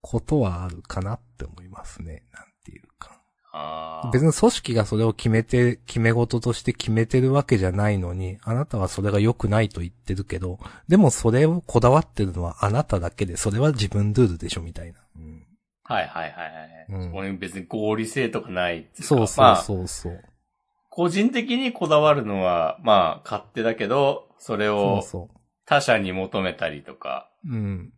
A: ことはあるかなって思いますね。なんていうか。
B: ああ。
A: 別に組織がそれを決めて、決め事として決めてるわけじゃないのに、あなたはそれが良くないと言ってるけど、でもそれをこだわってるのはあなただけで、それは自分ルールでしょみたいな。うん、
B: はいはいはいはい。
A: うん
B: これ別に合理性とかないっていか
A: そう
B: ま
A: そう
B: あ
A: そうそう。
B: 個人的にこだわるのは、まあ、勝手だけど、それ
A: そう
B: を
A: そ
B: 他者に求めたりとか
A: う。うん。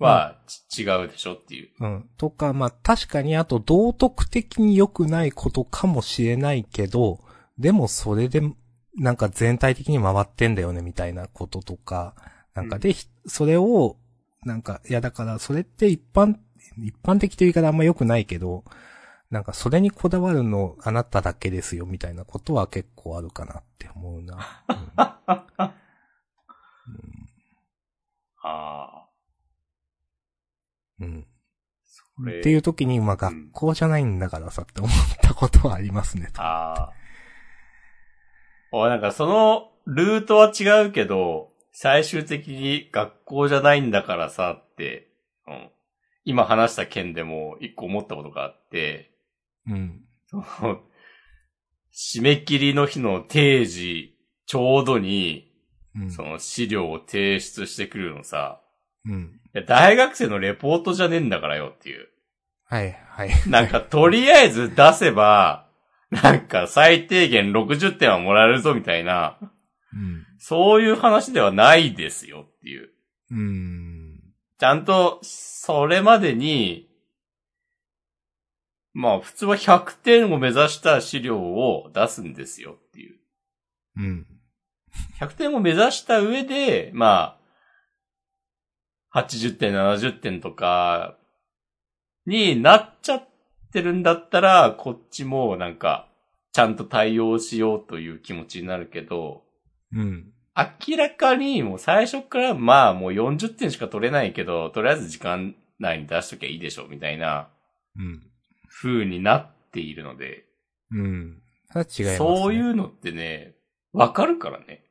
B: は、ち違うでしょっていう。
A: うん。とか、まあ、確かに、あと、道徳的に良くないことかもしれないけど、でもそれで、なんか全体的に回ってんだよね、みたいなこととか、なんかで、ひそれを、なんか、いやだから、それって一般、一般的という言い方あんま良くないけど、なんかそれにこだわるのあなただけですよ、みたいなことは結構あるかなって思うな。うん
B: ああ。
A: うん。
B: これ
A: っていう時に、まあ、学校じゃないんだからさって思ったことはありますね。と
B: ああ。おいなんかそのルートは違うけど、最終的に学校じゃないんだからさって、うん、今話した件でも一個思ったことがあって、
A: うん。
B: その締め切りの日の定時ちょうどに、
A: うん。
B: その資料を提出してくるのさ、
A: うん。
B: いや大学生のレポートじゃねえんだからよっていう。
A: はい、はい。
B: なんか、とりあえず出せば、 なんか最低限60点はもらえるぞみたいな、
A: うん。
B: そういう話ではないですよっていう。
A: うーん。
B: ちゃんと、それまでに、まあ普通は100点を目指した資料を出すんですよっていう。
A: うん。
B: 100点を目指した上で、まあ、80点、70点とか、になっちゃってるんだったら、こっちもなんか、ちゃんと対応しようという気持ちになるけど、
A: うん。
B: 明らかにもう最初からまあもう40点しか取れないけど、とりあえず時間内に出しときゃいいでしょ、みたいな
A: うん。
B: 風になっているので、
A: うん。ただ違います、ね。。
B: そういううのってね、わかるからね。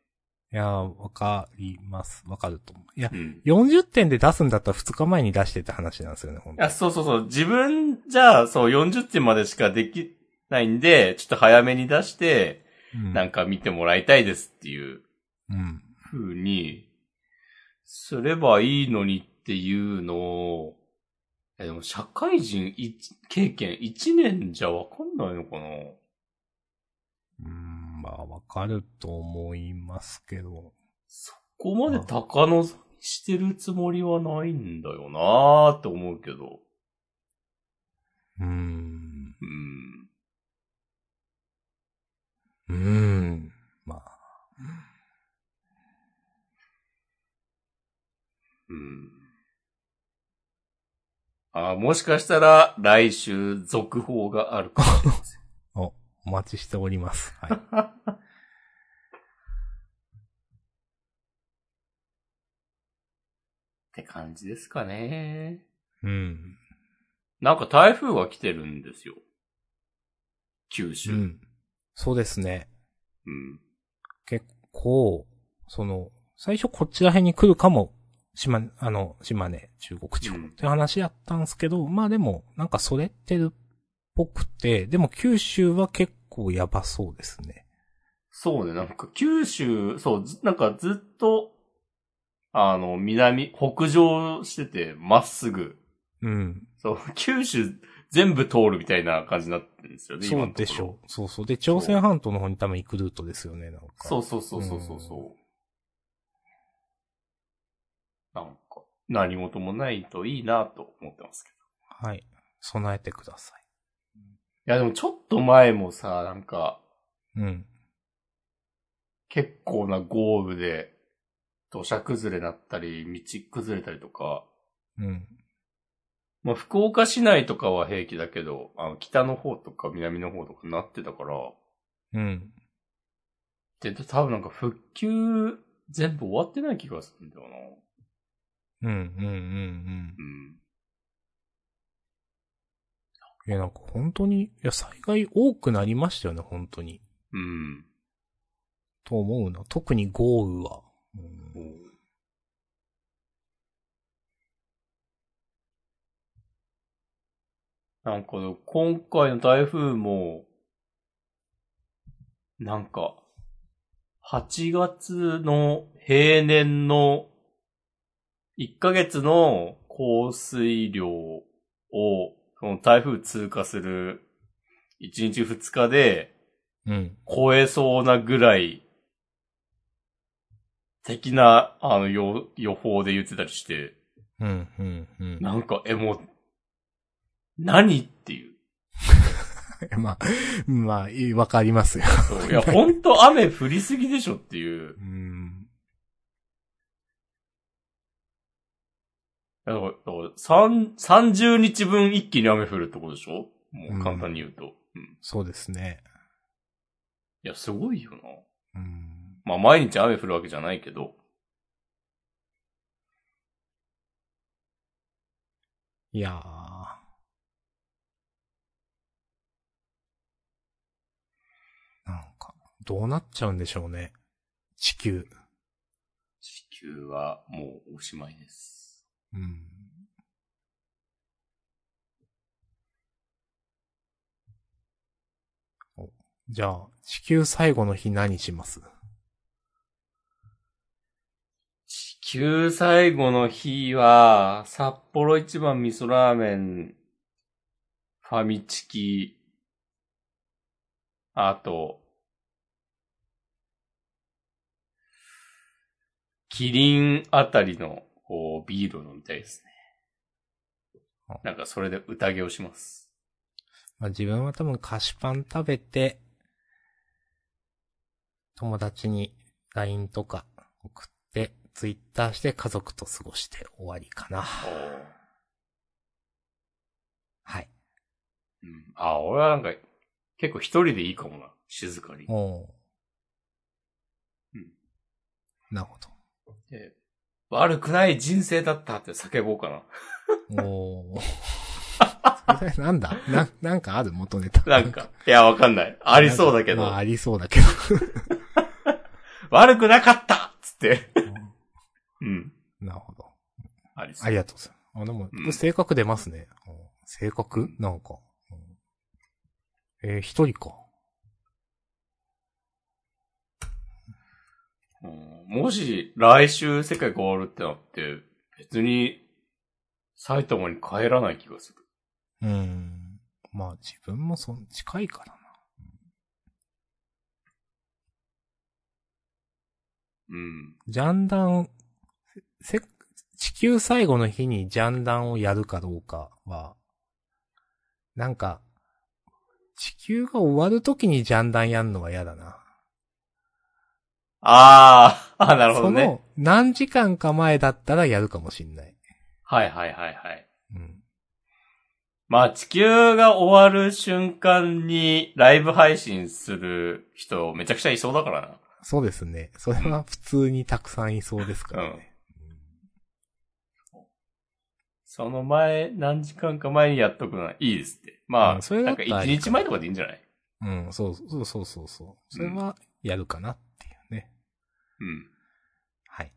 A: いやー、わかります。わかると思う。いや
B: う、ん。
A: 40点で出すんだったら2日前に出してって話なんですよね、本
B: いや、そうそうそう。自分じゃ、そう、40点までしかできないんで、ちょっと早めに出して、
A: うん。
B: なんか見てもらいたいですっていう
A: うん。
B: 風に、すればいいのにっていうのを、え、でも社会人い経験1年じゃわかんないのかな
A: うーん、まあ、わかると思いますけど。
B: そこまで高望みしてるつもりはないんだよなーって思うけど。
A: うーん。
B: うん。
A: うーん。まあ。
B: うん。あーもしかしたら来週続報があるかも しれません。
A: お、お待ちしております。 はい。
B: って感じですかね。
A: うん。
B: なんか台風が来てるんですよ。九
A: う
B: 州。
A: ん。そうですね。
B: うん
A: 結構、その、最初こっちら辺に来るかも、島根、あの、島根、中国地方
B: うん
A: って話やったんですけど、まあでも、なんかそれってるっぽくて、でも九州は結構やばそうですね。
B: そうね、なんか九州、そう、ずなんかずっと、あの、南、北上してて、まっすぐ。
A: うん。
B: そう、九州全部通るみたいな感じになってるんですよね、
A: そ
B: 今の
A: う
B: ところ
A: でしょう。そうそう。で、朝鮮半島の方に多分行くルートですよね、なんか。
B: そうそうそうそうそうそう。なんか、何事もないといいなと思ってますけど。
A: はい。備えてくださ
B: いや、でもちょっと前もさ、なんか、
A: い。うん。
B: 結構な豪雨で、土砂崩れなったり、道崩れたりとか、
A: うん。
B: まあ、福岡市内とかは平気だけど、あの、北の方とか南の方とかなってたから、
A: うん。
B: で、多分なんか復旧全部終わってない気がするんだよ
A: うん、
B: な。
A: うん、うん、うん
B: う。ん。
A: いや、なんか本当に、いや、災害多くなりましたよね、本当に。
B: うん。
A: と思うな。特に豪雨は。うん
B: おうなんかでも、今回の台風も、なんか、8月の平年の1ヶ月の降水量を、その台風通過する1日2日で
A: うん。
B: 超えそうなぐらい、的な、あの、予予報で言ってたりして、
A: うん、うん、うん。
B: なんか、え、もう、何っていう。
A: まあ、まあ、いいわかりますよ。
B: そういや、ほんと雨降りすぎでしょっていう
A: う。ん。
B: だから、だから三30日分一気に雨降るってことでしょもう簡単に言うと。うん。い
A: そうですね。
B: や、すごいよな。
A: うん。
B: まあ、毎日雨降るわけじゃないけど。
A: いやー。なんか、どうなっちゃうんでしょうね。地球。
B: 地球はもうおしまいです。
A: うん。おじゃあ、地球最後の日何します
B: 地球最後の日は、札幌一番味噌ラーメン、ファミチキ、あと、キリンあたりの、こう、ビールを飲みたいですね。なんか、それで宴をします。
A: まあ、自分は多分菓子パン食べて、友達に LINE とか送って、Twitter して家族と過ごして終わりかな。
B: おー
A: はい。
B: うん、あ、俺はなんか、結構一人でいいかもな。静かに。
A: おー
B: うん
A: なるほど。
B: で悪くない人生だったって叫ぼうかな。
A: おーそれなんだな、なんかある元ネタ。
B: なんか、いや、わかんない。あ
A: あ
B: りそうだけど、
A: まあ、ありそうだけど。
B: 悪くなかったっ つって。うん。
A: なるほど。
B: ありそ
A: あ
B: う。
A: りがとうございます。あ、でも、
B: うん
A: 性格出ますね。うん性格なんか。うんえー一人か。
B: うんもし、来週世界変わるってなって、別に、埼玉に帰らない気がする。
A: うん。まあ自分もそん、近いからな。
B: うん。
A: ジャンダン、せ、地球最後の日にジャンダンをやるかどうかは、なんか、地球が終わる時にジャンダンやるのは嫌だな。
B: あー、あ、なるほど
A: そ
B: ね
A: の。、何時間か前だったらやるかもしんない。
B: はいはいはいはい。
A: うん。
B: まあ、地球が終わる瞬間にライブ配信する人、めちゃくちゃいそうだからな。
A: そうですね。それは普通にたくさんいそうですからね。
B: その前、何時間か前にやっとくのはいいですって。ま
A: う
B: あ、
A: んそれだ
B: なん
A: った
B: から一日前とかでいいんじゃない
A: うん、そうそうそうそうそう。それはやるかなっていうね。
B: うん。
A: はい。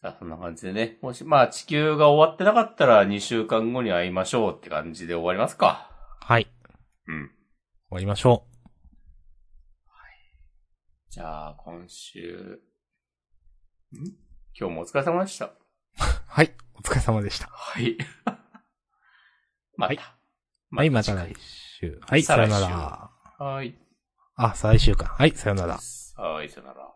B: さあ、そんな感じでね。もし、まあ、地球が終わってなかったら2週間後に会いましょうって感じで終わりますか。
A: はい。終
B: うん。
A: わりましょう。
B: じゃあ、今週、ん今日もお疲れ様でした。
A: はい。お疲れ様でした。
B: はい。 また。
A: はい、また来週。はい、さ
B: 再来
A: よ
B: 週
A: なら。
B: はい。
A: あ、最終回。はい、さよなら。
B: はい、さよなら。